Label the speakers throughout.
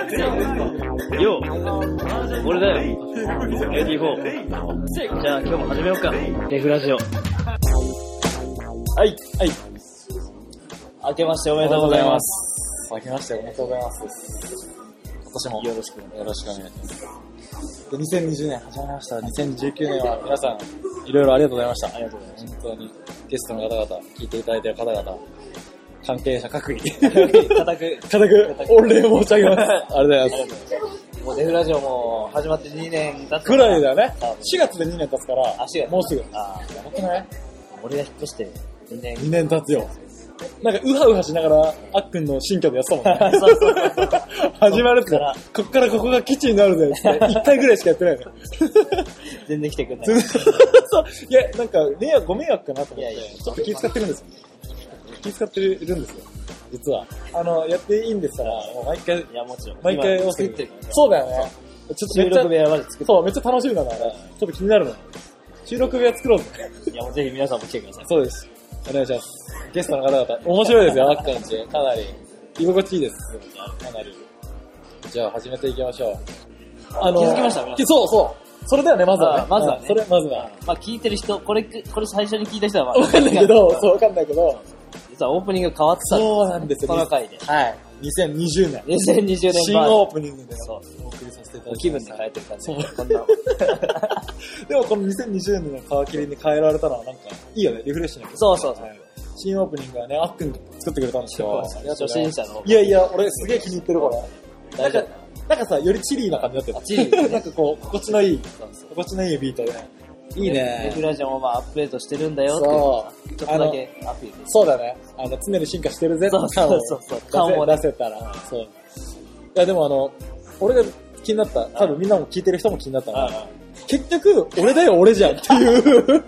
Speaker 1: よう俺だよ !84! じゃあ今日も始めようか。レフラジオ。はい、はい。明けましておめでとうございます。
Speaker 2: 明けましておめでとうございます。今年も
Speaker 1: よろしくお願いします
Speaker 2: よろしくお願いします。で2020年始まりました。2019年は皆さん、いろいろありがとうございました。ありがとうございます。本当に、ゲストの方々、聞いていただいている方々、関係 者各位、
Speaker 1: 固く、
Speaker 2: 固く、御礼申し上げます。 ありがとうございます。
Speaker 1: もうデフラジオも始まって2年経つ
Speaker 2: ぐらいだよね。
Speaker 1: 多分
Speaker 2: 4月で2年経つから、
Speaker 1: あ4月
Speaker 2: もうすぐ。
Speaker 1: ああ、
Speaker 2: やばくない
Speaker 1: 俺が引っ越して2年。
Speaker 2: ?2 年経つよ。なんか、うはうはしながら、あっくんの新居でやってたもんね。
Speaker 1: そうそうそうそう。
Speaker 2: 始まるっつから、こっからここが基地になるぜっつって、1回ぐらいしかやってないのよ。
Speaker 1: 全然来てくんない。
Speaker 2: そう。いや、なんか、迷惑、ご迷惑かなと
Speaker 1: い
Speaker 2: 思
Speaker 1: や
Speaker 2: って
Speaker 1: いや、
Speaker 2: ちょっと気遣ってるんですよ。気遣ってるんですよ。実は。あの、やっていいんですから、もう毎回、
Speaker 1: いや、もちろん。
Speaker 2: 毎回
Speaker 1: 今
Speaker 2: 押
Speaker 1: 作
Speaker 2: せ
Speaker 1: ってる。
Speaker 2: そうだよね。ち
Speaker 1: 収
Speaker 2: ょっと
Speaker 1: 録部
Speaker 2: めっち
Speaker 1: 屋まで作
Speaker 2: ゃ、
Speaker 1: っ
Speaker 2: そう、めっちゃ楽しみなんだね。ちょっと気になるの。収録部屋作ろうぜ。
Speaker 1: て。いや、もうぜひ皆さんも来てください。
Speaker 2: そうです。お願いします。ゲストの方々、面白いですよ、あっかんち。かなり、居心地いいです。かなり。じゃあ、始めていきましょう。あ
Speaker 1: 気づきました皆さん
Speaker 2: そうそう。それだよね、まずはね
Speaker 1: あ。まずはね
Speaker 2: うんそれ、まずは。
Speaker 1: まあ聞いてる人、これ、これ最初に聞いた人はまあ
Speaker 2: わかんないけど、そう、わかんないけど。
Speaker 1: 実はオープニングが変わってたん
Speaker 2: そうなんですよ
Speaker 1: この回で。
Speaker 2: はい。2020年。
Speaker 1: 2020年
Speaker 2: 新
Speaker 1: バージョン
Speaker 2: オープニングで
Speaker 1: そう
Speaker 2: お送りさせていただき
Speaker 1: 気
Speaker 2: ま
Speaker 1: 分
Speaker 2: し
Speaker 1: で
Speaker 2: た
Speaker 1: 変えてる感じ。
Speaker 2: そう
Speaker 1: こんなの。
Speaker 2: でもこの2020年の皮切りに変えられたのはなんか、いいよね、リフレッシュに。
Speaker 1: そうそうそう
Speaker 2: はい。新オープニングはね、あっくん作ってくれたんですよ。
Speaker 1: そう
Speaker 2: ありがとうございます
Speaker 1: 初心者の
Speaker 2: いやいや、俺すげえ気に入ってる、これ。
Speaker 1: 大丈
Speaker 2: なんかなんかさ、よりチリーな感じになって
Speaker 1: チリ
Speaker 2: る。
Speaker 1: ーね
Speaker 2: なんかこう、心地のいい、
Speaker 1: そうそう
Speaker 2: 心地のいいビートで。い
Speaker 1: レフラジオもまあアップデートしてるんだよっていうのを
Speaker 2: そ
Speaker 1: さ
Speaker 2: う
Speaker 1: ちょっとだけアピール
Speaker 2: そうだね。あの、常に進化してるぜって
Speaker 1: そうそうそうそう
Speaker 2: 感を
Speaker 1: 感をね
Speaker 2: 出せ出せたら。そう。いや、でもあの、俺が気になった、多分みんなも聞いてる人も気になったな。結局、俺だよ、俺じゃんっていう。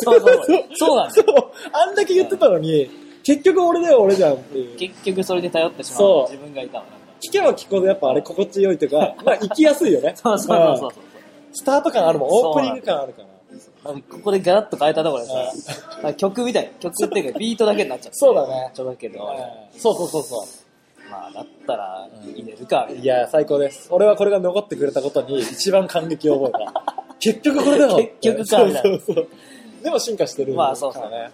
Speaker 1: そうそうそう。そうなんだ
Speaker 2: そう
Speaker 1: よ。。
Speaker 2: あんだけ言ってたのに、結局俺だよ、俺じゃんっていう。聞
Speaker 1: 結局それで頼ってしま
Speaker 2: そ
Speaker 1: う
Speaker 2: う
Speaker 1: 自分がいたわ。なんか
Speaker 2: けば聞くほどやっぱあれ心地よいという か、まあ行きやすいよね。
Speaker 1: そうそうそう
Speaker 2: うん
Speaker 1: そう。
Speaker 2: スタート感あるもん、
Speaker 1: そ
Speaker 2: オー
Speaker 1: う
Speaker 2: プ
Speaker 1: な
Speaker 2: ニ
Speaker 1: んだ
Speaker 2: ング感あるから。
Speaker 1: なんかここでガラッと変えたところでさ、なんか曲みたいな、曲って いうかビートだけになっちゃった。
Speaker 2: そうだね
Speaker 1: ちょだけど、
Speaker 2: うんそうそうそうそう。
Speaker 1: まあだったら入れるか、みたい
Speaker 2: いや、最高です。俺はこれが残ってくれたことに一番感激を覚えた。 結局これだろって。
Speaker 1: 結局か
Speaker 2: そう
Speaker 1: みたい
Speaker 2: そ
Speaker 1: な
Speaker 2: うそう。でも進化してる
Speaker 1: まあそうそう
Speaker 2: からね。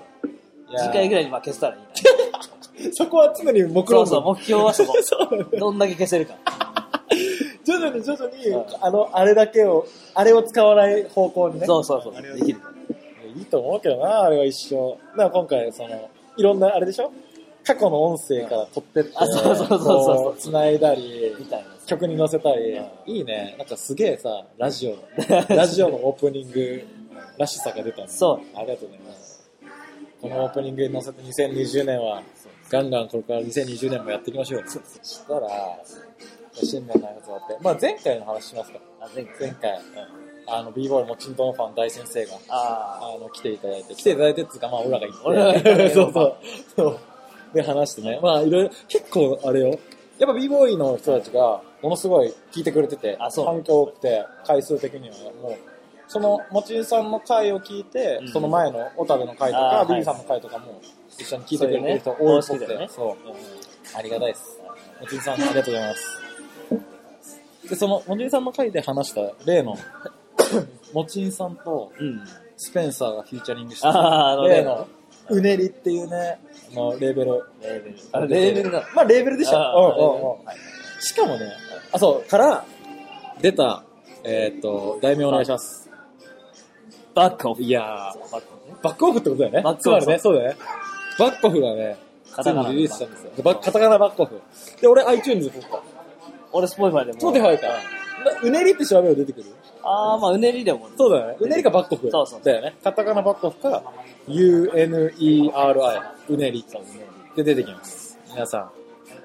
Speaker 1: な次回ぐらいにまあ消せたらいい な。
Speaker 2: いやそこは常に目
Speaker 1: そ
Speaker 2: 論
Speaker 1: うそう、
Speaker 2: 文。
Speaker 1: 目標はそこ
Speaker 2: そう
Speaker 1: どんだけ消せ るか。
Speaker 2: 徐々に徐々に、
Speaker 1: うん
Speaker 2: あの、あれだけを、あれを使わない方向にね。
Speaker 1: そうそうそう
Speaker 2: あれを。
Speaker 1: できる。
Speaker 2: いいと思うけどな、あれは一生。だから今回、その、いろんな、あれでしょ過去の音声から取ってって、
Speaker 1: あそうそうそうそう
Speaker 2: こ繋いだり、
Speaker 1: みたいな。
Speaker 2: 曲に乗せたり、
Speaker 1: う
Speaker 2: いいね。なんかすげえさ、ラジオ、 ラジオのオープニングらしさが出たね。
Speaker 1: そう
Speaker 2: ありがとうございます。このオープニングに乗せて2020年は、ガンガンこれから2020年もやっていきましょうよ。そしたら、新年の挨拶終わって、まあ前回の話しますか。
Speaker 1: あ、前回。
Speaker 2: 前回、あの、b ボールもちんとのファン大先生が、
Speaker 1: あ
Speaker 2: あの、来ていただいて、来ていただいてっていうか、まあ、俺らが行って。
Speaker 1: 俺らが行って
Speaker 2: そうそう。そう。で、話してね。まあ、いろいろ、結構、あれよ。やっぱ b ボーイの人たちが、ものすごい聞いてくれてて、
Speaker 1: あそう
Speaker 2: 反響多くて、回数的にはもう、その、もちんさんの回を聞いて、
Speaker 1: うん
Speaker 2: その前の小樽の回と
Speaker 1: あー
Speaker 2: か、ビ
Speaker 1: は
Speaker 2: ビ
Speaker 1: い
Speaker 2: さんの回とかも、一緒に聞いてくれてる人多いっぽく
Speaker 1: そういうね
Speaker 2: て、そう。ありがたいです。もちんさん、ありがとうございます。で、その、もちんさんの回で話した例 の、もちんさんと、
Speaker 1: あ。うん。
Speaker 2: スペンサーがフィーチャリングして
Speaker 1: ああ、あの
Speaker 2: 例
Speaker 1: ね、
Speaker 2: の、うねりっていうね、あのレーベル。
Speaker 1: レーベル。あ、レーベルだ。
Speaker 2: まあレーベルでした。
Speaker 1: あ
Speaker 2: うん
Speaker 1: ー
Speaker 2: うんうんしかもね、あ、そう、から、出た、えーっと、題名お願いします。
Speaker 1: バックオフ。
Speaker 2: いや
Speaker 1: バックオフね。
Speaker 2: ー、バックオフってことだよね
Speaker 1: バックオ。フ
Speaker 2: つまりね、そうだよね。バックオフがね、
Speaker 1: カ
Speaker 2: 普
Speaker 1: タ
Speaker 2: 通
Speaker 1: カナ
Speaker 2: に
Speaker 1: の
Speaker 2: リリースしたんですよ。バッカタカナバックオフ。で、俺 iTunes で撮った。
Speaker 1: 俺、スポイファイでも。
Speaker 2: そうで入った。なうねりって調べると出てくる
Speaker 1: ああ、まあ、うねりでも。
Speaker 2: そうだよね。うねりかバックオフ。
Speaker 1: そうそう
Speaker 2: だよね。カタカナバックオフか、UNERI、うねりで出てきます。皆さ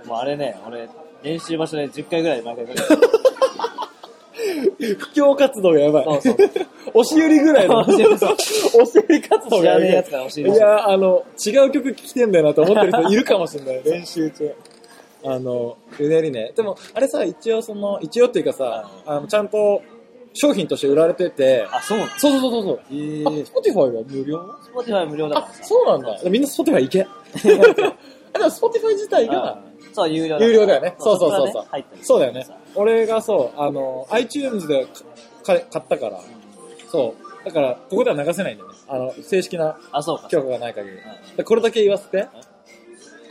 Speaker 2: ん。
Speaker 1: もうあれね、俺、練習場所で10回ぐらい毎回来る。
Speaker 2: 布教活動がやばい。
Speaker 1: そうそう
Speaker 2: 押し売りぐら いの。
Speaker 1: 押し売りそう
Speaker 2: 押し売り活動がや
Speaker 1: 知ら
Speaker 2: ば
Speaker 1: ね
Speaker 2: い。
Speaker 1: えやつから押し売り
Speaker 2: いや、あの、違う曲聴きてんだよなと思ってる人いるかもしれない。練習中。あの、うねりね。でも、あれさ、一応その、一応っていうかさ、あの、ちゃんと商品として売られてて、
Speaker 1: あ、そうなの
Speaker 2: そうそうそうそう。
Speaker 1: ええ
Speaker 2: あ、Spotify は無料
Speaker 1: スポティファイ無料だから
Speaker 2: あ、
Speaker 1: さ。
Speaker 2: そうなんだ。みんな Spotify 行け。あでも Spotify 自体が
Speaker 1: うんそう、有料
Speaker 2: 有料だよね。そうそうそう
Speaker 1: こ
Speaker 2: そう
Speaker 1: はね入って。る
Speaker 2: そうだよね。俺がそう、あの、iTunes でか買ったから、そう。だから、ここでは流せないんだよね。あの、正式な
Speaker 1: あ、そうか。
Speaker 2: 許可がない限り。
Speaker 1: う
Speaker 2: でこれだけ言わせて。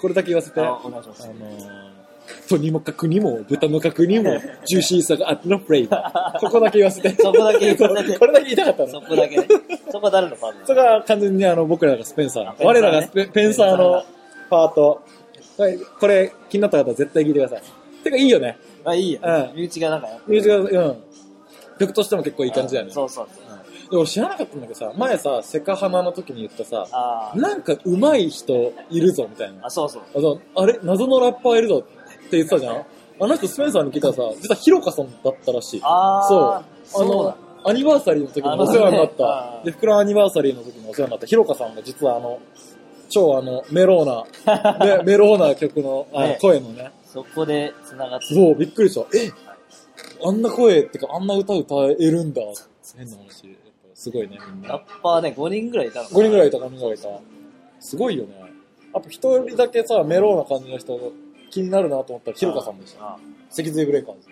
Speaker 2: これだけ言わせて。
Speaker 1: ん
Speaker 2: あ
Speaker 1: あお願いします。
Speaker 2: のー、とにもかくにも、豚の角に も、ジューシーさがあってのフレーバ ー。ここだけ言わせて。
Speaker 1: そこだけ 言わせて
Speaker 2: これだけ言いたかったの。
Speaker 1: そこだけね。そこ誰のパート
Speaker 2: そ
Speaker 1: ナー
Speaker 2: れが完全にあの僕らがスペンサー
Speaker 1: あ
Speaker 2: の、
Speaker 1: ペンサーね
Speaker 2: 我らがスペペンサーのパート。はいこれ気になった方は絶対聞いてください。てかいいよね。
Speaker 1: あ、いいよ
Speaker 2: う。ん
Speaker 1: 身内がなんかやってる
Speaker 2: ミュージカル、うん。曲としても結構いい感じだよね。
Speaker 1: そうそうそう。
Speaker 2: で俺知らなかったんだけどさ、前さ、セカハマの時に言ったさ、
Speaker 1: あー
Speaker 2: なんか上手い人いるぞみたいな。
Speaker 1: あ、そうそう。
Speaker 2: あそうあれ謎のラッパーいるぞって言ってたじゃんあの人スペンサーに聞いたらさ、実はヒロカさんだったらしい。
Speaker 1: あー
Speaker 2: そう。あ
Speaker 1: そう
Speaker 2: の
Speaker 1: だ、
Speaker 2: アニバーサリーの時にお世話になった。
Speaker 1: あ のね
Speaker 2: で、フクラアニバーサリーの時にお世話になった。ひろかさんが実はあの、超あの、メローな、 でメローな曲のあの
Speaker 1: ね
Speaker 2: 声のね、
Speaker 1: そこで繋がってる。
Speaker 2: そう、びっくりした。えあんな声ってか、あんな歌歌えるんだ。変な話。やっぱすごいね、みん
Speaker 1: ラ
Speaker 2: な。
Speaker 1: ッパーね、5人ぐらいいたのかな
Speaker 2: 5人ぐらいいた、5人ぐらいいた。すごいよね。やっぱ一人だけさ、メローな感じの人、気になるなと思ったら、ひろかさんでした。
Speaker 1: あ
Speaker 2: 脊髄ブレイカーズ。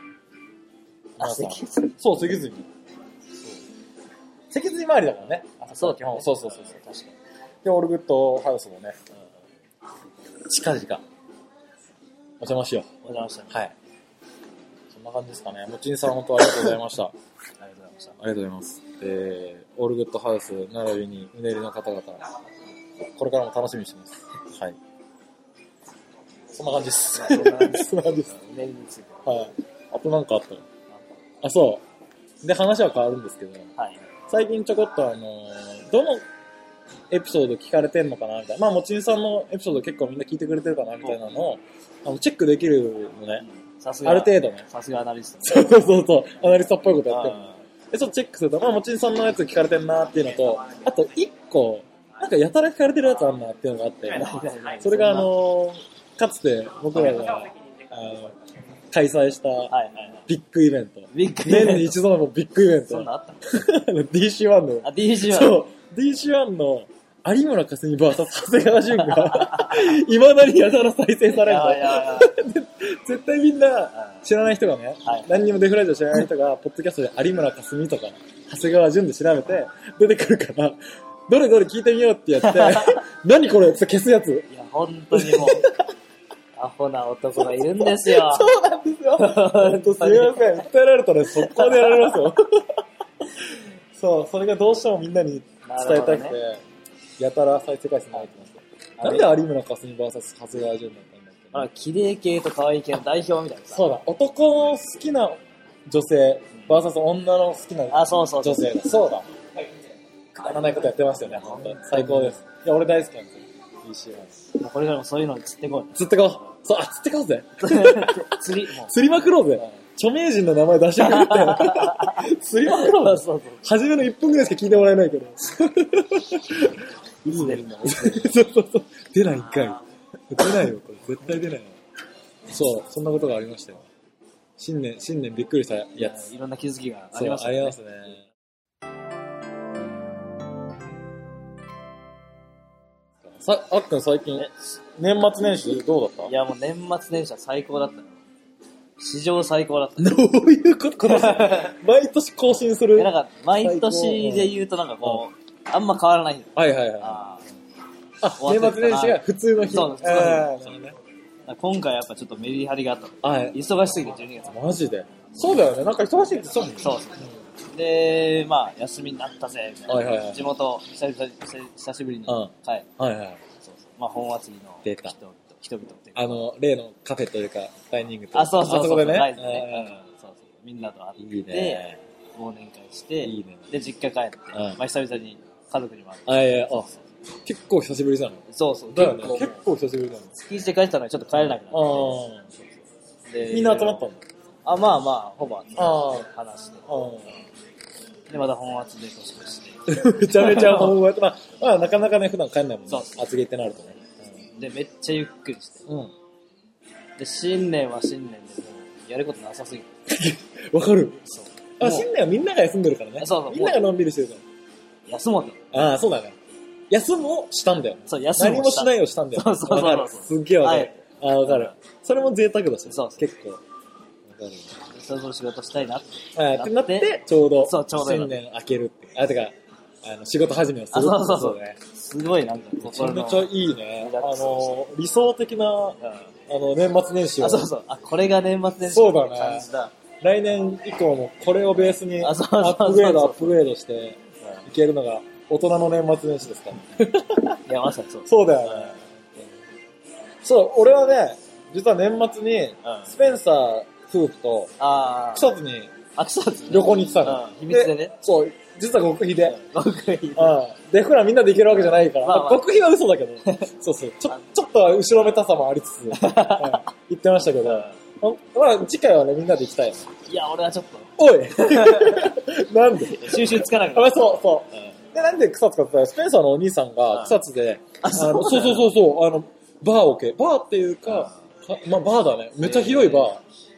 Speaker 1: あ、
Speaker 2: 皆さん
Speaker 1: 脊髄
Speaker 2: そう、脊髄。脊髄周りだからね。
Speaker 1: あそうだ
Speaker 2: 基本。そうそうそう。
Speaker 1: 確かに。
Speaker 2: で、オールグッドハウスもね、近々、お邪魔しよう。
Speaker 1: お邪魔したね。
Speaker 2: はい。そんな感じですかね。もちんさん、本当ありがとうございました。あ
Speaker 1: ありがとうございました。
Speaker 2: りがとうございます。えー、オールグッドハウス、並びに、うねりの方々、これからも楽しみにしてます。はい。そんな感じです。
Speaker 1: そんな感じです
Speaker 2: そんな感じです。
Speaker 1: うねりについて。
Speaker 2: はい。あとなんかあったあ、そう。で、話は変わるんですけど、
Speaker 1: はい。
Speaker 2: 最近ちょこっとあのーどのエピソード聞かれてんのかなみたいな。まあ、もちんさんのエピソード結構みんな聞いてくれてるかなみたいなのを、あの、チェックできるのね。
Speaker 1: さすが。
Speaker 2: ある程度ね。
Speaker 1: さすがアナリス
Speaker 2: そうそうそうそう。アナリストっぽいこと
Speaker 1: ト。
Speaker 2: やってる。
Speaker 1: あ
Speaker 2: で、ちょっとチェックすると、まあ、もちんさんのやつ聞かれてんなっていうのと、あと一個、なんかやたら聞かれてるやつあんなっていうのがあって、
Speaker 1: ー
Speaker 2: それがあ、のーかつて僕らが、あの、開催した
Speaker 1: はいはいはい。
Speaker 2: ビッグイベント。
Speaker 1: ビッグイベント
Speaker 2: 年に一度のビッグイベン
Speaker 1: そん
Speaker 2: ト
Speaker 1: な。んあったの
Speaker 2: DC1 の
Speaker 1: あ、DG は。
Speaker 2: そう、DC1 の有村架純 VS 長谷川淳が、 いまだにやたら再生さ
Speaker 1: やば
Speaker 2: れる
Speaker 1: い
Speaker 2: の。
Speaker 1: やばいやばい。
Speaker 2: 絶対みんな、
Speaker 1: あ
Speaker 2: 知らない人がね、
Speaker 1: はい
Speaker 2: 何にもデフライド知らない人が、ポ ッドキャストで有村架純とか、長谷川淳で調べて、出てくるから、どれどれ聞いてみようってや って、何これって消すやつ。
Speaker 1: ーいや、本当 にもう、アホな男がいるんですよ。
Speaker 2: そうなんですよ。本当すみません。訴えられたら速攻でやられますよ。 そう、それがどうしてもみんなに伝えたく
Speaker 1: な
Speaker 2: て、
Speaker 1: るほど
Speaker 2: やたら再生回数になってますよ。
Speaker 1: あ
Speaker 2: な
Speaker 1: れ
Speaker 2: んで有村架純 VS 長谷川淳だったんだっけ
Speaker 1: あ
Speaker 2: な
Speaker 1: の、綺麗系と可愛い系の代表みたいなさ。
Speaker 2: そうだ、男の好きな女性 VS 女の好きな
Speaker 1: あ、そうそうそう。
Speaker 2: 女性だ。そうだ。くだらないことやってましたよね、本当に。最高です。いや、俺大好きなんですよ。DC は。
Speaker 1: もうこれからもそういうのに釣ってこ
Speaker 2: 釣ってこう。そう、あ、釣ってこうぜ。
Speaker 1: い。釣 り、もう。
Speaker 2: 釣りまくろうぜ。著名人の名前出しまくって。釣りまくろうぜ。
Speaker 1: そうそうそう。
Speaker 2: 初めの1分ぐらいしか聞いてもらえないけど。
Speaker 1: いつ出るんだろう
Speaker 2: そうそうそう。出ない一回。出ないよ、これ。絶対出ないよ。そう、そんなことがありましたよ。新年、新年びっくりしたやつ。
Speaker 1: いろんな気づきがあ
Speaker 2: そ
Speaker 1: り
Speaker 2: う、
Speaker 1: ました
Speaker 2: ありますね。さ、あっくん最近
Speaker 1: ね、
Speaker 2: 年末年始どうだっ
Speaker 1: いや、もう年末年始は最高だったよ史上最高だった。
Speaker 2: たどういうこと今 年、毎年更新する
Speaker 1: でなんか、毎年で言うとなんかこう、あんま変わらないんだよ。
Speaker 2: はいはいはい。
Speaker 1: あ
Speaker 2: あ、
Speaker 1: 終わ
Speaker 2: 年
Speaker 1: って
Speaker 2: 末
Speaker 1: るかな
Speaker 2: 年始が普通の日。
Speaker 1: そう普通の日
Speaker 2: あーなるほどね
Speaker 1: ーなんか今回やっぱちょっとメリハリがあった。
Speaker 2: はい。
Speaker 1: 忙しすぎて12月も。
Speaker 2: マジで。そうだよね。なんか忙しいってそうだよね
Speaker 1: そうそう。で、まあ、休みになったぜ、みたいな。
Speaker 2: はいはいはい
Speaker 1: 地元、久々に久しぶりに。
Speaker 2: うん
Speaker 1: はい。
Speaker 2: はいはい。
Speaker 1: そうそう。まあ、本厚木の
Speaker 2: 出
Speaker 1: 人
Speaker 2: た
Speaker 1: 々、人々っていうか
Speaker 2: あの、例のカフェというか、ダイニングというか。
Speaker 1: あ、そうそうそう。
Speaker 2: あそこでね
Speaker 1: ライズねうんそうそう。みんなと
Speaker 2: う
Speaker 1: 会
Speaker 2: ん。
Speaker 1: っ
Speaker 2: いい
Speaker 1: て、
Speaker 2: ね。
Speaker 1: 忘年会して、
Speaker 2: いいね
Speaker 1: で、実家帰って、
Speaker 2: ん
Speaker 1: まあ、久々に家族にも会って。
Speaker 2: あ、いやいや、あ、結構久しぶりじゃん。
Speaker 1: そうそう。
Speaker 2: だよね。
Speaker 1: 結構
Speaker 2: 結構久しぶりだよね。
Speaker 1: スキーして帰ってたのにちょっと帰れなくなっ
Speaker 2: あ
Speaker 1: て。
Speaker 2: あ。
Speaker 1: で
Speaker 2: みんな集まったの
Speaker 1: あ、まあまあ、ほぼ集ま
Speaker 2: あ
Speaker 1: って話して。
Speaker 2: あ
Speaker 1: で、また本厚で年越して。
Speaker 2: あ。 めちゃめちゃ本番。まあ、まあ、なかなかね、普段帰んないもんね
Speaker 1: そう。
Speaker 2: 厚木ってなるとね。
Speaker 1: で、めっちゃゆっくりして。
Speaker 2: うん。
Speaker 1: で、新年は新年で、もうやることなさすぎて。
Speaker 2: わかる。
Speaker 1: そう。
Speaker 2: あ、
Speaker 1: もう
Speaker 2: 新年はみんなが休んでるからね。
Speaker 1: そうそう
Speaker 2: みんながのんびりしてるか
Speaker 1: 休もうと。
Speaker 2: ら。ああ、そうだね。休むをしたんだよね。
Speaker 1: そう、休
Speaker 2: 何
Speaker 1: み
Speaker 2: もしない
Speaker 1: い。
Speaker 2: をしたんだよ。
Speaker 1: そうそうそうそう
Speaker 2: わかるすっげえわかる。ああ、わかる。それも贅沢だし。
Speaker 1: そうそう
Speaker 2: 結構。わかる。
Speaker 1: そろそろ仕事したいなって。
Speaker 2: あーってなって、ちょうど、
Speaker 1: そうちょうど
Speaker 2: 新年明けるって。あ、てか、あの、仕事始めをする
Speaker 1: あ
Speaker 2: って
Speaker 1: そう
Speaker 2: こ
Speaker 1: そう
Speaker 2: と
Speaker 1: そう
Speaker 2: ね。
Speaker 1: すごいなんか、
Speaker 2: めちゃ
Speaker 1: 心の。
Speaker 2: めちゃいいね。あ
Speaker 1: ラックス
Speaker 2: の、理想的な、あの、年末年始を
Speaker 1: あ、。そうそう。あ、これが年末年始
Speaker 2: そうだね
Speaker 1: って感じだ。
Speaker 2: 来年以降もこれをベースに、ア
Speaker 1: あそうそうそうそう
Speaker 2: ップグレード、アップグレードして、いけるのが、大人の年末年始ですから。
Speaker 1: いや、まさにそう。
Speaker 2: そうだよね。そう、俺はね、実は年末に、
Speaker 1: うん
Speaker 2: スペンサー夫婦と、
Speaker 1: あー。
Speaker 2: 草津に
Speaker 1: あ、草津
Speaker 2: 旅行に行ってたの。
Speaker 1: うん秘密でね
Speaker 2: そう、実は極秘で。
Speaker 1: 僕が言う
Speaker 2: うん。で、普段みんなで行けるわけじゃないから、
Speaker 1: まあまあ
Speaker 2: 極秘は嘘だけど、 そうそう、ちょちょっとは後ろめたさもありつつ、うん行ってましたけど、まあ次回はね、みんなで行きたいよ。
Speaker 1: いや、俺はちょっ
Speaker 2: おい なんで
Speaker 1: と、収集つかなくな
Speaker 2: あ、
Speaker 1: っ
Speaker 2: そうそう。で、なんで草津かって言ったら、スペンサーのお兄さん
Speaker 1: う
Speaker 2: が
Speaker 1: ん
Speaker 2: 草津で、あ
Speaker 1: そう
Speaker 2: のそうそうそうそう、あの、バーをけ、バーっていうか、かまあバーだね。めっちゃ広いバー。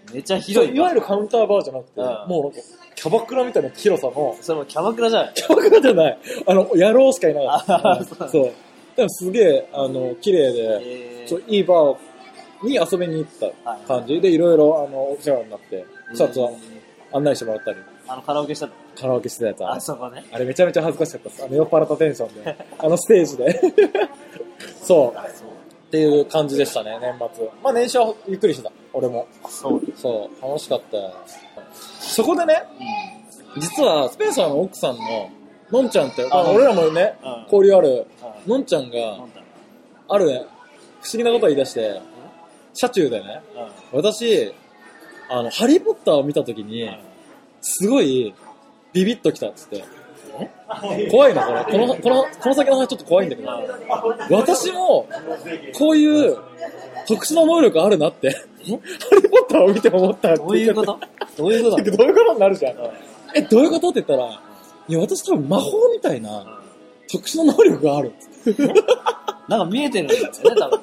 Speaker 1: た。めちゃ広
Speaker 2: そ
Speaker 1: いうわ。
Speaker 2: いわゆるカウンターバーじゃなくて、
Speaker 1: うん
Speaker 2: もうなんか、キャバクラみたいな広さの、
Speaker 1: それもうキャバクラじゃない
Speaker 2: キャバクラじゃない。あの、野郎しかいなか
Speaker 1: あそうな
Speaker 2: った。
Speaker 1: んだ
Speaker 2: そう。でもすげえ、あの、綺麗で、
Speaker 1: え
Speaker 2: そういいバーに遊びに行った感じで、いろいろ、あの、お世話になって、草津は案内してもらったり、
Speaker 1: あの、カラオケしたの。
Speaker 2: カラオケしてたやつ
Speaker 1: あそこね。
Speaker 2: あれめちゃめちゃ恥ずかしかったです。あの酔っ払ったテンション で。あのステージで。 そう。っていう感じでしたね、年末。まあ年始はゆっくりしてた。俺も。
Speaker 1: そう。うん。
Speaker 2: そう。楽しかったよ。そこでね、実はスペンサーの奥さんの、のんちゃんって、
Speaker 1: あ
Speaker 2: あの俺らもね
Speaker 1: うん、
Speaker 2: 交流ある、
Speaker 1: うん
Speaker 2: のんちゃん
Speaker 1: 飲
Speaker 2: が
Speaker 1: ん、だ
Speaker 2: あるね、不思議なことを言い出して、車中でね、
Speaker 1: の。
Speaker 2: 私、あの、ハリーポッターを見たときに
Speaker 1: うん。うん、
Speaker 2: すごい、ビビッときたっつって。
Speaker 1: え
Speaker 2: 怖いな、これ。この、この、この先の話ちょっと怖いんだけど。私も、こういう、特殊な能力あるなって、ハリーポッターを見て思ったって
Speaker 1: どういうこ
Speaker 2: 言
Speaker 1: とどういうこと
Speaker 2: っ
Speaker 1: なの
Speaker 2: ててどういうことになるじゃん。え、どういうことって言ったら、いや、私多分魔法みたいな、特殊な能力があるっつって。
Speaker 1: なんか見えてるんですよね、多分。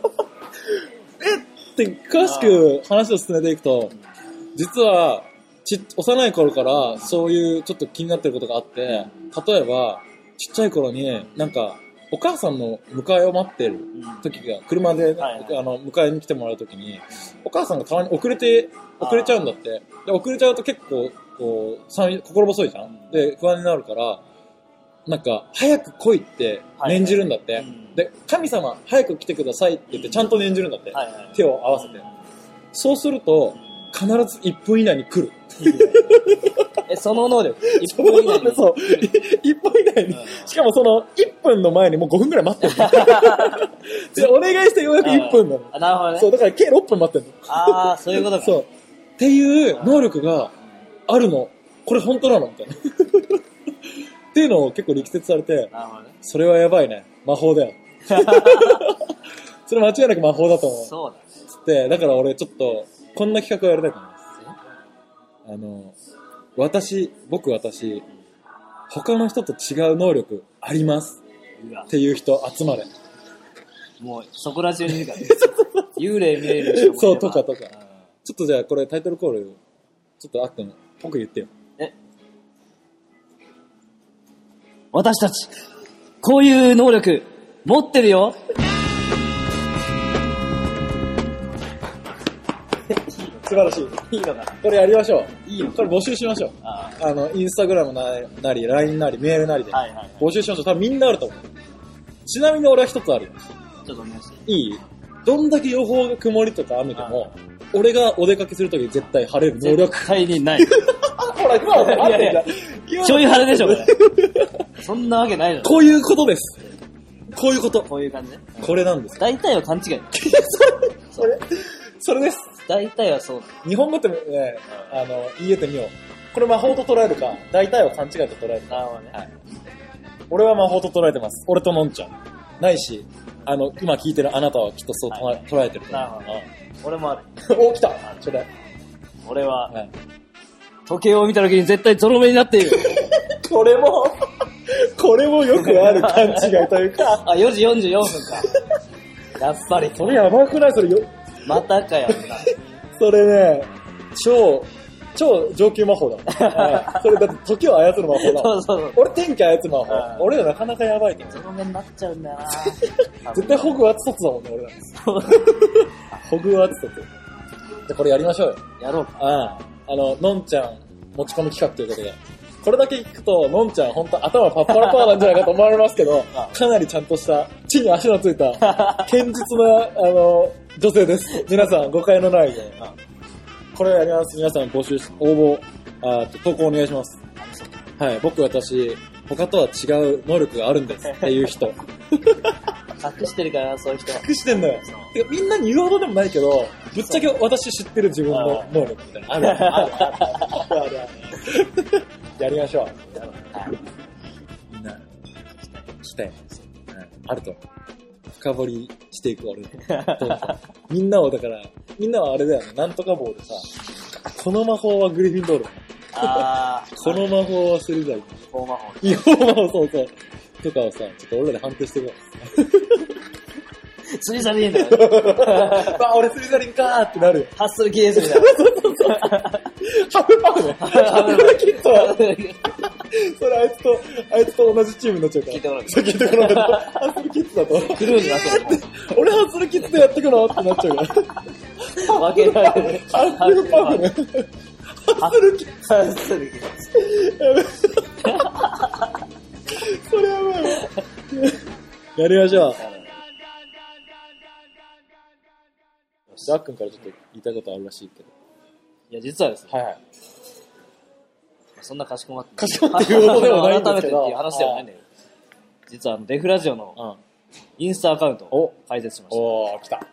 Speaker 2: で、詳しく話を進めていくと、実は、ちっ幼い頃からそういうちょっと気になってることがあって、例えば、ちっちゃい頃に、なんか、お母さんの迎えを待ってる 時が、車でね、
Speaker 1: はいはい
Speaker 2: あの、迎えに来てもらう時に、お母さんがたまに遅れて、遅れちゃうんだって。で、遅れちゃうと結構、こう、さみ心細いじゃん。で、不安になるから、なんか、早く来いって念じるんだって。
Speaker 1: はいはいうん
Speaker 2: で、神様、早く来てくださいって言って、ちゃんと念じるんだって。
Speaker 1: はいはい。
Speaker 2: 手を合わせて。そうすると、必ず1分以内に来る。
Speaker 1: え、その能力。 一
Speaker 2: そう
Speaker 1: 分以内に。
Speaker 2: そう。1分以内に。しかもその、1分の前にもう5分くらい待ってる。でお願いしてようやく1分なの。
Speaker 1: あ、なるほどね。
Speaker 2: そう、だから計6分待ってる
Speaker 1: ああ、そういうこと
Speaker 2: の。
Speaker 1: か。
Speaker 2: そう。っていう能力があるの。これ本当なのみたいな。っていうのを結構力説されて、
Speaker 1: なるほどね。
Speaker 2: それはやばいね。魔法だよ。それ間違いなく魔法だと思う。
Speaker 1: そうだね。
Speaker 2: つって、だから俺ちょっと、こんな企画をやりたくないです。あの、私、僕私、他の人と違う能力あります
Speaker 1: うわ
Speaker 2: っ。ていう人集まれ。
Speaker 1: もう、そこら中にいるからね。 幽霊見える人もいれば
Speaker 2: そうとかとかちょっとじゃあこれタイトルコール、ちょっとあっくん、僕言ってよ。
Speaker 1: 私たち、こういう能力、持ってるよ
Speaker 2: 素晴らしい。
Speaker 1: いいのかな
Speaker 2: これやりましょう。
Speaker 1: いいの
Speaker 2: これ募集しましょう。
Speaker 1: あ
Speaker 2: あの、インスタグラムなり、LINE なり、メールなりで。
Speaker 1: はいはいはい
Speaker 2: 募集しましょう。多分みんなあると思う。ちなみに俺は一つあるよ。
Speaker 1: あ、ちょっとお願いして。
Speaker 2: いいどんだけ予報が曇りとか雨でも、俺がお出かけするときに絶対晴れる能力。
Speaker 1: 絶対に ない。
Speaker 2: ほら、今の
Speaker 1: い やいや
Speaker 2: 今の
Speaker 1: ちょい晴れでしょ、これ。 そんなわけないじゃん。
Speaker 2: こういうことです。こういうこと。
Speaker 1: こういう感じね。
Speaker 2: これなんです。
Speaker 1: 大体は勘違い。
Speaker 2: それ、それです。
Speaker 1: 大体はそうだ。
Speaker 2: 日本語ってね、あの、言えてみよう。これ魔法と捉えるか、大体は勘違いと捉えるか。
Speaker 1: なるほどね。
Speaker 2: 俺は魔法と捉えてます。俺とのんちゃん。ないし、あの、今聞いてるあなたはきっとそう捉え,、捉えてると思う。
Speaker 1: 俺もある。
Speaker 2: うん お、来たそれ。
Speaker 1: 俺は、
Speaker 2: はい
Speaker 1: 時計を見た時に絶対ゾロ目になっている。
Speaker 2: これも、 これもよくある勘違いとい うか。
Speaker 1: あ、4時44分か。やっぱり、
Speaker 2: それやばくないそれよ、
Speaker 1: またかよ。
Speaker 2: それね、超超上級魔法 だもん。はいそれだって時を操る魔法だも
Speaker 1: そ
Speaker 2: ん。
Speaker 1: うそうそう。
Speaker 2: 俺天気操る魔
Speaker 1: はい
Speaker 2: 法。俺らなかなかやばいと思う。
Speaker 1: ゾロ目になっちゃうんだよな
Speaker 2: 絶対ホグワーツ卒だもんね、俺ら。ホグワーツ卒。で、これやりましょうよ。
Speaker 1: やろうか。
Speaker 2: ああ、あの、のんちゃん持ち込み企画ということで。これだけ聞くと、のんちゃん本当頭パッパラパーなんじゃないかと思われますけど
Speaker 1: あ、
Speaker 2: かなりちゃんとした、地に足のつい た、堅実な、あの、女性です。皆さん、誤解のないように。これやります。皆さん募集し、応募、あと投稿お願いします。はい、僕、私、他とは違う能力があるんですっていう人。
Speaker 1: 隠してるからな、そういう人。
Speaker 2: 隠してんだよ。てかみんなに言うほどでもないけど、ぶっちゃけ私知ってる自分の能力みたいな。あるあるあるある。やりましょう。みんな、期待あると思う。深掘りしていく 俺のどんどん。みんなをだから、みんなはあれだよね、なんとか棒でさ、この魔法はグリフィンドール。
Speaker 1: あー、
Speaker 2: この魔法はスリザイ。
Speaker 1: 大魔法。
Speaker 2: 違法魔法そうそう。とかをさ、ちょっと俺らで判定してみよ う。
Speaker 1: 釣りざねえんだよ。
Speaker 2: あ、俺スリザリンかーってなるよ。
Speaker 1: ハッスル系ですみたい
Speaker 2: ハフパフね。ハフパフキットは、
Speaker 1: な。
Speaker 2: それあいつと、あいつと同じチームになっちゃうから。
Speaker 1: 聞いてもらう
Speaker 2: そう聞いてこ なかった。ハッスルキッズだと。
Speaker 1: クルーになって
Speaker 2: 俺ハッスルキッズでやってくのってなっちゃうから。
Speaker 1: る。負けられる。
Speaker 2: ハッスルパフね。ハッスルキッズ。
Speaker 1: ハッスル系。
Speaker 2: それやばいわ。やりましょう。ザックンからちょっと言いたいことあるらしいけど。
Speaker 1: いや、実はですね、
Speaker 2: はいはい。
Speaker 1: そんなかしこまって。
Speaker 2: かしこまってるほどではないんです
Speaker 1: 改め
Speaker 2: け
Speaker 1: てって
Speaker 2: ど
Speaker 1: いう話ではないんだけど。実は、あのデフラジオの
Speaker 2: うん。
Speaker 1: インスタアカウント
Speaker 2: お
Speaker 1: を開設しました。
Speaker 2: おー、来た。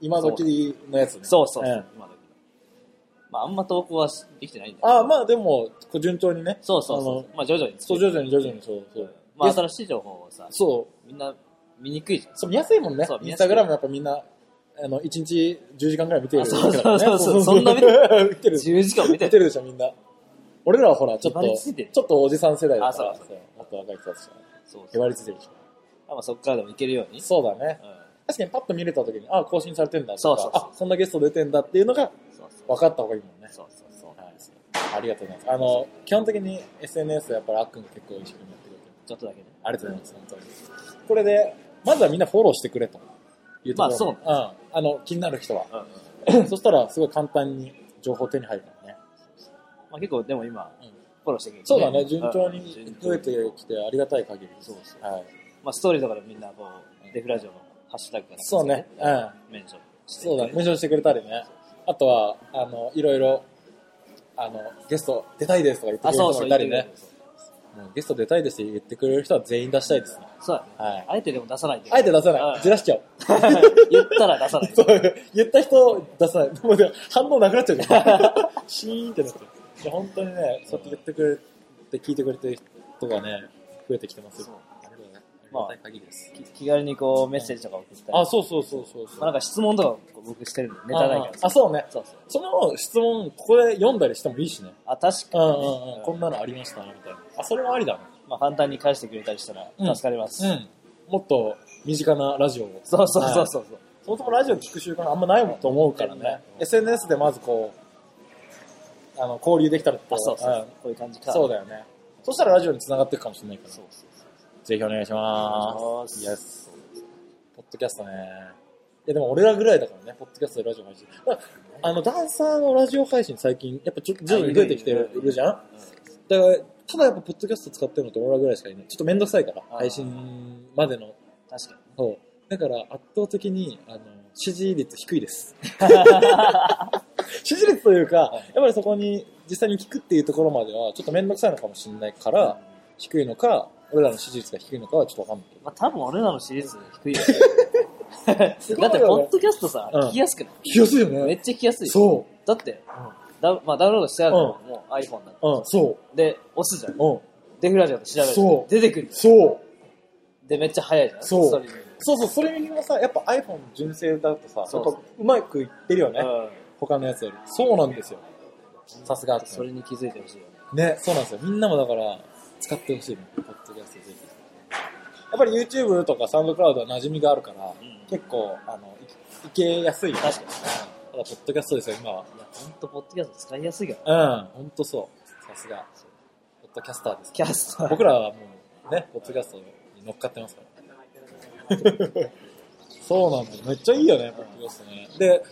Speaker 2: 今時のやつね。
Speaker 1: そうそうそう、
Speaker 2: ん
Speaker 1: 今のまあ、あんま投稿はしできてないんだけど。
Speaker 2: あー、まあでも、こう順調にね。
Speaker 1: そうそうそ
Speaker 2: あの
Speaker 1: う。まあ、徐々に。
Speaker 2: そう、徐々に徐々にそう、そう。
Speaker 1: まあ、
Speaker 2: いや
Speaker 1: 新しい情報をさ、
Speaker 2: そう、
Speaker 1: みんな見にくいじゃん。
Speaker 2: そう見やすいもんね
Speaker 1: そう。見
Speaker 2: イン
Speaker 1: や
Speaker 2: ス
Speaker 1: すい
Speaker 2: タグラムやっぱみんな、あの、1日10時間ぐらい見てるわけだからね。
Speaker 1: あそうそうそうそうそんな見
Speaker 2: 見
Speaker 1: て
Speaker 2: て
Speaker 1: る
Speaker 2: る。見てる。
Speaker 1: 10時間見て
Speaker 2: 見てるでしょ、みんな。俺らはほら、ちょっと、
Speaker 1: へばりついてる
Speaker 2: ちょっとおじさん世代だから
Speaker 1: あ
Speaker 2: さ
Speaker 1: そう、
Speaker 2: もっと若い人たちは。
Speaker 1: そう
Speaker 2: へ
Speaker 1: そう。
Speaker 2: ばりついてるでしょ。
Speaker 1: まあ、そっからでもいけるように。
Speaker 2: そうだね。
Speaker 1: う
Speaker 2: 確かにパッと見れた時に、あ、更新されてんだ
Speaker 1: そ
Speaker 2: と
Speaker 1: うそう
Speaker 2: か、
Speaker 1: そう
Speaker 2: あ、そんなゲスト出てんだっていうのが
Speaker 1: ん。そうそう。
Speaker 2: 分かった方がいいもんね。
Speaker 1: そうそうそう。
Speaker 2: ありがとうございます。あの、基本的に SNS はやっぱりあっくんが結構一緒にやってくれてる。
Speaker 1: ちょっとだけね。
Speaker 2: ありがとうございます、本当に。これで、まずはみんなフォローしてくれと。いうところ。
Speaker 1: まあそう
Speaker 2: うん。あの、気になる人は。
Speaker 1: うんうん。
Speaker 2: そしたら、すごい簡単に情報手に入るからね。
Speaker 1: まあ、結構、でも今、
Speaker 2: うん
Speaker 1: フォローしてくれる
Speaker 2: そうだね、順調
Speaker 1: うん
Speaker 2: に
Speaker 1: 順
Speaker 2: 増
Speaker 1: 調
Speaker 2: えてきてありがたい限りで
Speaker 1: そ
Speaker 2: す。
Speaker 1: うそ
Speaker 2: はい。
Speaker 1: まあ、ストーリーとかでみんな、こう、デフラジオのハッシュタグから。
Speaker 2: そうね、うん。
Speaker 1: メンションして
Speaker 2: そうだね、無
Speaker 1: ね。
Speaker 2: 償してくれたりね。あとは、あの、いろいろ、あの、ゲスト出たいですとか言ってく
Speaker 1: あ、
Speaker 2: れる
Speaker 1: そう
Speaker 2: 人
Speaker 1: そ
Speaker 2: も
Speaker 1: う、言っ
Speaker 2: いた
Speaker 1: て
Speaker 2: り
Speaker 1: くれる
Speaker 2: ね。うんゲスト出たいですって言ってくれる人は全員出したいですね。
Speaker 1: そうだね。
Speaker 2: はい。
Speaker 1: あえてでも出さない
Speaker 2: あえて出さ
Speaker 1: う
Speaker 2: なんい。じらしちゃおう。
Speaker 1: 言ったら出さない。
Speaker 2: そう、言った人出さない。もうでも反応なくなっちゃうじゃん。シーンってなっちゃう。いや、本当にね、そうやって言ってくれて、聞いてくれてる人がね、増えてきてますよ
Speaker 1: そう。
Speaker 2: ありがとうございます
Speaker 1: まあ
Speaker 2: ありがたい限りです。
Speaker 1: 気気軽にこう、メッセージとか送ったり。
Speaker 2: あ、そうそうそうそうそう。
Speaker 1: まあ、なんか質問とかこう僕してるんで、ネタないから
Speaker 2: あ、そうね。
Speaker 1: そうそう。
Speaker 2: その質問、ここで読んだりしてもいいしね。
Speaker 1: あ、確か
Speaker 2: うんうんうん。
Speaker 1: う
Speaker 2: こんなのありましたね、みたいな。あ、それもありだね。
Speaker 1: に、まあ、簡単に返してくれたりしたら助かります。
Speaker 2: ん。もっと身近なラジオを。
Speaker 1: そうそうそうそう。
Speaker 2: そもそもラジオ聞く習慣あんまないもんと思うからね。SNS でまずこう、あの、交流できたらと
Speaker 1: あ、そうそうそう。こういう感じか。
Speaker 2: そう
Speaker 1: だ。
Speaker 2: だよね。そしたらラジオに繋がっていくかもしれないから。
Speaker 1: そうそうそう。
Speaker 2: ぜひお願いし
Speaker 1: お願
Speaker 2: ま
Speaker 1: いし
Speaker 2: す。
Speaker 1: ま
Speaker 2: Yes ポッドキャストね。いやでも俺らぐらいだからね、ポッドキャストでラジオ配信。だからあの、ダンサーのラジオ配信最近、やっぱちょっと徐々に増えてきて
Speaker 1: あいる
Speaker 2: る
Speaker 1: いる
Speaker 2: じゃんだから、ただやっぱポッドキャスト使ってるのって俺らぐらいしかいない。ちょっとめんどくさいから
Speaker 1: あ、ー
Speaker 2: 配信までの。
Speaker 1: 確かに。
Speaker 2: そう。だから圧倒的に、あの、支持率低いです。支持率というか、やっぱりそこに実際に聞くっていうところまでは、ちょっとめんどくさいのかもしれないから、低いのか、俺らの支持率が低いのかはちょっとわかんないけど。
Speaker 1: まあ、多分俺らのシリーズ低いよね。
Speaker 2: すご
Speaker 1: だ
Speaker 2: い
Speaker 1: っ
Speaker 2: よ
Speaker 1: て、
Speaker 2: ね
Speaker 1: ポッドキャストさ、
Speaker 2: うん
Speaker 1: 聞きやすくない
Speaker 2: 聞きやすいよ
Speaker 1: めっ。ちゃ聞きやすい。
Speaker 2: そ
Speaker 1: だって、ダウまあ、ダウンロードしてあるから、もう iPhone だ
Speaker 2: う。うん、そう。
Speaker 1: で、押すじゃん。
Speaker 2: うん。
Speaker 1: デフラジオで調べる。
Speaker 2: そう
Speaker 1: 出てくるじゃ
Speaker 2: そう。
Speaker 1: ん。で、めっちゃ早いじゃん。
Speaker 2: そ
Speaker 1: スト
Speaker 2: う
Speaker 1: リーミング
Speaker 2: そうそう、それもさ、やっぱ iPhone 純正だとさ、
Speaker 1: そう
Speaker 2: やっぱうまくいってるよね。
Speaker 1: うん
Speaker 2: 他のやつより。そうなんですよ。さすがって
Speaker 1: それに気づいてほしいよね。
Speaker 2: ね、そうなんですよ。みんなもだから、使ってほしいね。ポッドキャストぜひ。やっぱり YouTube とか SoundCloud は馴染みがあるから、
Speaker 1: ん
Speaker 2: 結構、あの、いいけやすいよね。
Speaker 1: 確かに。
Speaker 2: だからポッドキャストですよ、今
Speaker 1: い
Speaker 2: は。
Speaker 1: や、ほんと、ポッドキャスト使いやすいよ。
Speaker 2: うん、ほんとそう。さすが。ポッドキャスターです。
Speaker 1: キャスト。
Speaker 2: 僕らはもう、ね、ポッドキャストに乗っかってますから。そうなんだよ。めっちゃいいよね、ポッドキャストね。で、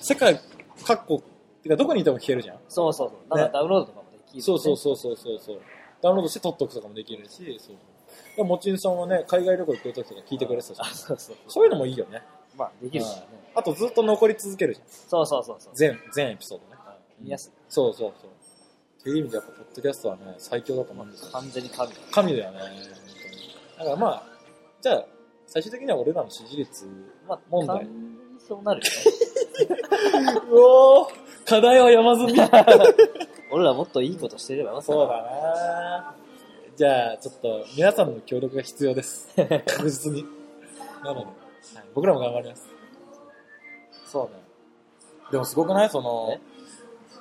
Speaker 2: 世界各国、てかどこにいても聞けるじゃん。
Speaker 1: そうそうそう。だから
Speaker 2: ね
Speaker 1: ダウンロードとかもできる、
Speaker 2: そうそうそうそうそうそう。ダウンロードして撮っとくとかもできるし、そう。でも、もちんさんはね、海外旅行行く時とか聞いてくれてたし
Speaker 1: あ、、そうそう。
Speaker 2: そういうのもいいよね。
Speaker 1: まあ、できるし。
Speaker 2: うんあとずっと残り続けるじゃん。
Speaker 1: そうそうそうそう。
Speaker 2: 全、全エピソードね。
Speaker 1: 見やすい。
Speaker 2: そうそうそう。っていう意味でやっぱ、ポッドキャストはね、最強だと思うんですよ。
Speaker 1: 完全に神。
Speaker 2: 神だよね。本当にだからまあ、じゃあ、最終的には俺らの支持率。
Speaker 1: まあ、
Speaker 2: 問題
Speaker 1: 完全にそうなるよね。
Speaker 2: うおー課題は山積み
Speaker 1: 俺らもっといいことしてればよかったな
Speaker 2: そうだなじゃあ、ちょっと、皆さんの協力が必要 です。確実に。なので、はい僕らも頑張ります。そうね。でもすごくないその
Speaker 1: え、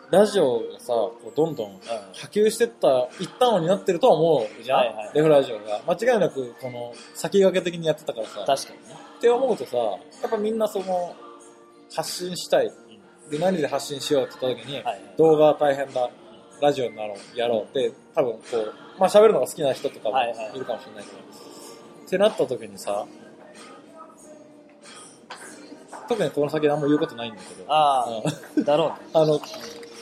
Speaker 2: ラジオがさ、こうどんどん波及してった一端を担ってるとは思うじゃん、
Speaker 1: はいはい
Speaker 2: レフラジオが。間違いなく、この、先駆け的にやってたからさ。
Speaker 1: 確かにね。
Speaker 2: って思うとさ、やっぱみんなその、発信したい。で、何で発信しようって言った時に、
Speaker 1: はい。
Speaker 2: 動画は大変だ。ラジオになろう、やろうって、多分こう、まあ喋るのが好きな人とかも
Speaker 1: はいはい
Speaker 2: いるかもしれないけど、ってなった時にさ、特にこの先何も言うことないんだけど、
Speaker 1: ああ、だ ろ
Speaker 2: ああの、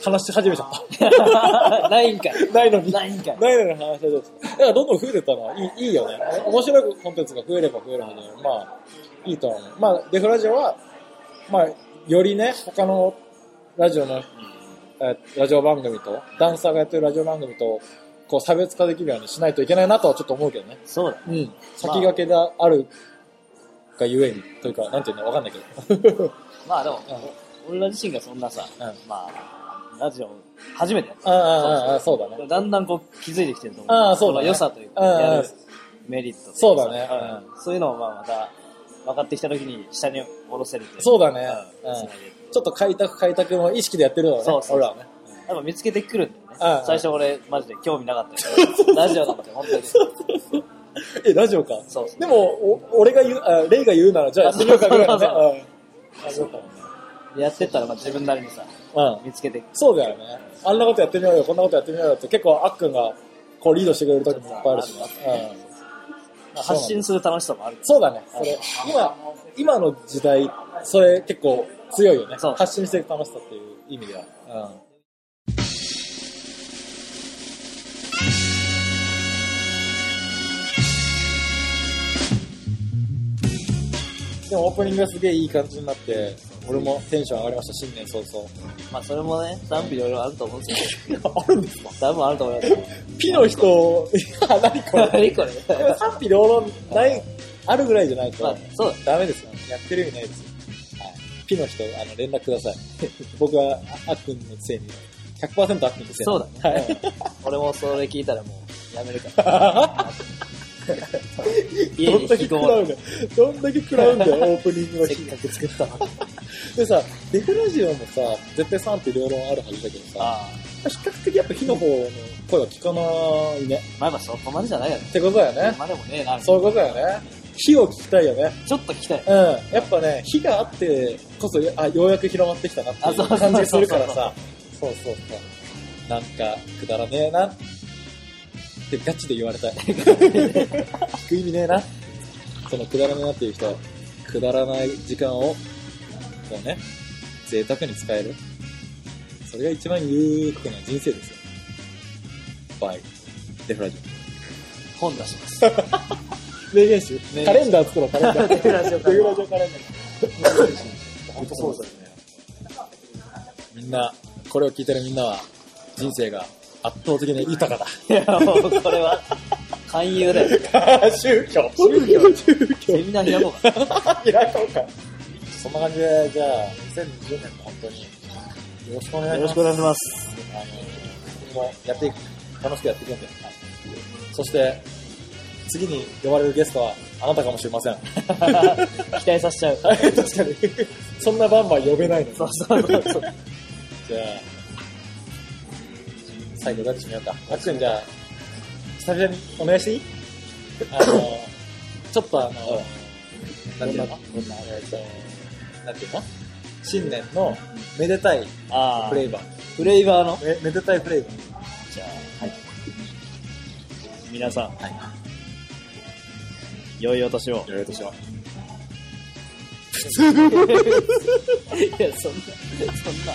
Speaker 2: 話し始めちゃっ
Speaker 1: うね。ないんかい。
Speaker 2: た。ないのに。
Speaker 1: ないんかい。
Speaker 2: ないのに話し始めちゃった。だからどんどん増えてったのはいいいいよね。面白いコンテンツが増えれば増えるほど、まあ、いいとは思う。まあ、デフラジオは、まあ、よりね、他のラジオの、えーラジオ番組と、ダンサーがやってるラジオ番組と、こう、差別化できるようにしないといけないなとはちょっと思うけどね。
Speaker 1: そうだ。
Speaker 2: うん。先駆けであるがゆえに、というか、なんていうのわかんないけど。
Speaker 1: まあでも、俺ら自身がそんなさ、
Speaker 2: うん
Speaker 1: まあ、ラジオ初めてやった。
Speaker 2: ああああ、ああ、そうだね。
Speaker 1: だんだんこう気づいてきてると思う。
Speaker 2: ああそうだ
Speaker 1: の
Speaker 2: ね
Speaker 1: 良さというか、
Speaker 2: うんうん
Speaker 1: やるメリットといかさ
Speaker 2: そうだね
Speaker 1: うんそういうのをまあまた分かってきたときに下に下ろせるってい
Speaker 2: そうだね
Speaker 1: うん
Speaker 2: うん
Speaker 1: つなげる
Speaker 2: ちょっと開拓開拓も意識でやってるのね。
Speaker 1: そうそう
Speaker 2: 俺らはね。
Speaker 1: やっぱ見つけてくるんだ
Speaker 2: うん
Speaker 1: よ
Speaker 2: う
Speaker 1: ね
Speaker 2: ん。
Speaker 1: 最初俺マジで興味なかったけ ど、ラジオなんて本当に。
Speaker 2: え、ラジオか。
Speaker 1: そうそう
Speaker 2: でも、お俺が言う、あ、レイが言うなら、じゃあやってみようかぐらいのね。
Speaker 1: そうそう
Speaker 2: うん。 そうかもね。
Speaker 1: やってったらまあ自分なりにさ、
Speaker 2: うん。
Speaker 1: 見つけてくる。
Speaker 2: そうだよね。あんなことやってみようよ、こんなことやってみようよって、結構あっくんが、こうリードしてくれる時もいっぱいあるしね。うん。
Speaker 1: 発信する楽しさもある。
Speaker 2: そうだね。それ、今、今の時代、それ結構強いよね
Speaker 1: そう。
Speaker 2: 発信していく楽しさっていう意味では。うん。でもオープニングがすげえいい感じになって、俺もテンション上がりました、新年早
Speaker 1: まあそれもね、賛否いろいろあると思うんですけ
Speaker 2: 々。 あるんですか
Speaker 1: ど、多分あると思いますよ。
Speaker 2: ピの人、 いや、何これ。
Speaker 1: 何これ
Speaker 2: 賛否両論ない、あるぐらいじゃないと。
Speaker 1: まあそうだ。
Speaker 2: ダメですよ。やってる意味ないですよ。はい。ピの人、あの、連絡ください。 僕は、ああっくんのせいに、100%あっくんのせいに
Speaker 1: そうだね。 俺もそれ聞いたらもうやめるから。 家
Speaker 2: どん
Speaker 1: に
Speaker 2: だ
Speaker 1: 引き
Speaker 2: け食
Speaker 1: こ
Speaker 2: ら
Speaker 1: も
Speaker 2: うん
Speaker 1: る。
Speaker 2: だよ。どんだけ食らう んだよ、オープニングの
Speaker 1: せっ
Speaker 2: 日。
Speaker 1: かく作ったのに。
Speaker 2: でさ、デフラジオもさ、絶対賛否両論あるはずだけどさ、
Speaker 1: ああ。
Speaker 2: 比較的やっぱ火の方の声は聞かないね。
Speaker 1: まあまあそこまでじゃないよね。
Speaker 2: ってことだよね。
Speaker 1: まあでもねえな。
Speaker 2: そういうことだよね。火を聞きたいよね。
Speaker 1: ちょっと聞きたい。
Speaker 2: うん。やっぱね、火があってこそ、あ、ようやく広まってきたなってい
Speaker 1: あそううそうそう
Speaker 2: 感じがするからさ。そうそうそう。なんか、くだらねえな。ってガチで言われ たい。聞く意味ねえな。そのくだらねえなっていう人は、くだらない時間を、こうね、贅沢に使える。それが一番裕福な人生ですよ。バイ。デフラジ
Speaker 1: 本出します。
Speaker 2: オ。名言集
Speaker 1: 名言集
Speaker 2: カレンダー作ろう、カレ ンダー。
Speaker 1: デフラジオカレンダー
Speaker 2: デフラジオカレンダー。本当そうですね。みんな、これを聞いてるみんなは、人生が圧倒的に豊か
Speaker 1: いやもうこれは、勧誘だよ。
Speaker 2: だ。宗教宗教宗教
Speaker 1: セミナー開こうか。
Speaker 2: 開こうか。そんな感じで、じゃあ、2020年も本当に、よろしくお願いします。
Speaker 1: 願いします。
Speaker 2: あの、今後やっていく、楽しくやっていくんで。そして、次に呼ばれるゲストは、あなたかもしれません。
Speaker 1: 期待させちゃう。
Speaker 2: 確かに。そんなバンバン呼べないのに
Speaker 1: そうそうそうそう。
Speaker 2: じゃあ、最後どっち見ようか。あっくんじゃあ、久々にお願いしていいあの、ちょっとあの、なんていうの
Speaker 1: どんな
Speaker 2: えっと、なんていうの新年のめでたい
Speaker 1: あ
Speaker 2: フレーバー。
Speaker 1: フレイバーの。
Speaker 2: めめでたいフレーバー。
Speaker 1: じゃあ、はい。皆さん、 良いお年を。
Speaker 2: よろしくお願いし
Speaker 1: いや、そんな、そんな。
Speaker 2: ま